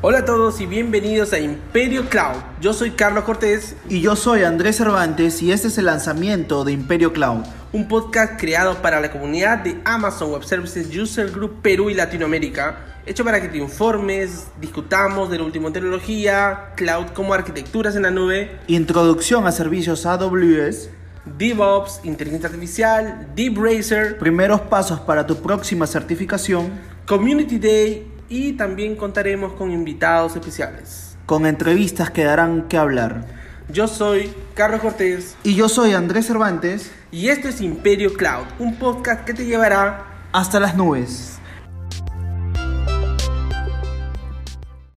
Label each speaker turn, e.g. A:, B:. A: Hola a todos y bienvenidos a Imperio Cloud. Yo soy Carlos Cortés,
B: Y yo soy Andrés Cervantes y este es el lanzamiento de Imperio Cloud.
A: un podcast creado para la comunidad de Amazon Web Services User Group Perú y Latinoamérica, hecho para que te informes, discutamos de la última tecnología, cloud como arquitecturas en la nube,
B: Introducción a servicios AWS,
A: DevOps, inteligencia artificial, Deep Racer,
B: primeros pasos para tu próxima certificación,
A: Community Day y también contaremos con invitados especiales.
B: con entrevistas que darán que hablar.
A: Yo soy Carlos Cortés
B: Y yo soy Andrés Cervantes,
A: y esto es Imperio Cloud, un podcast que te llevará
B: hasta las nubes.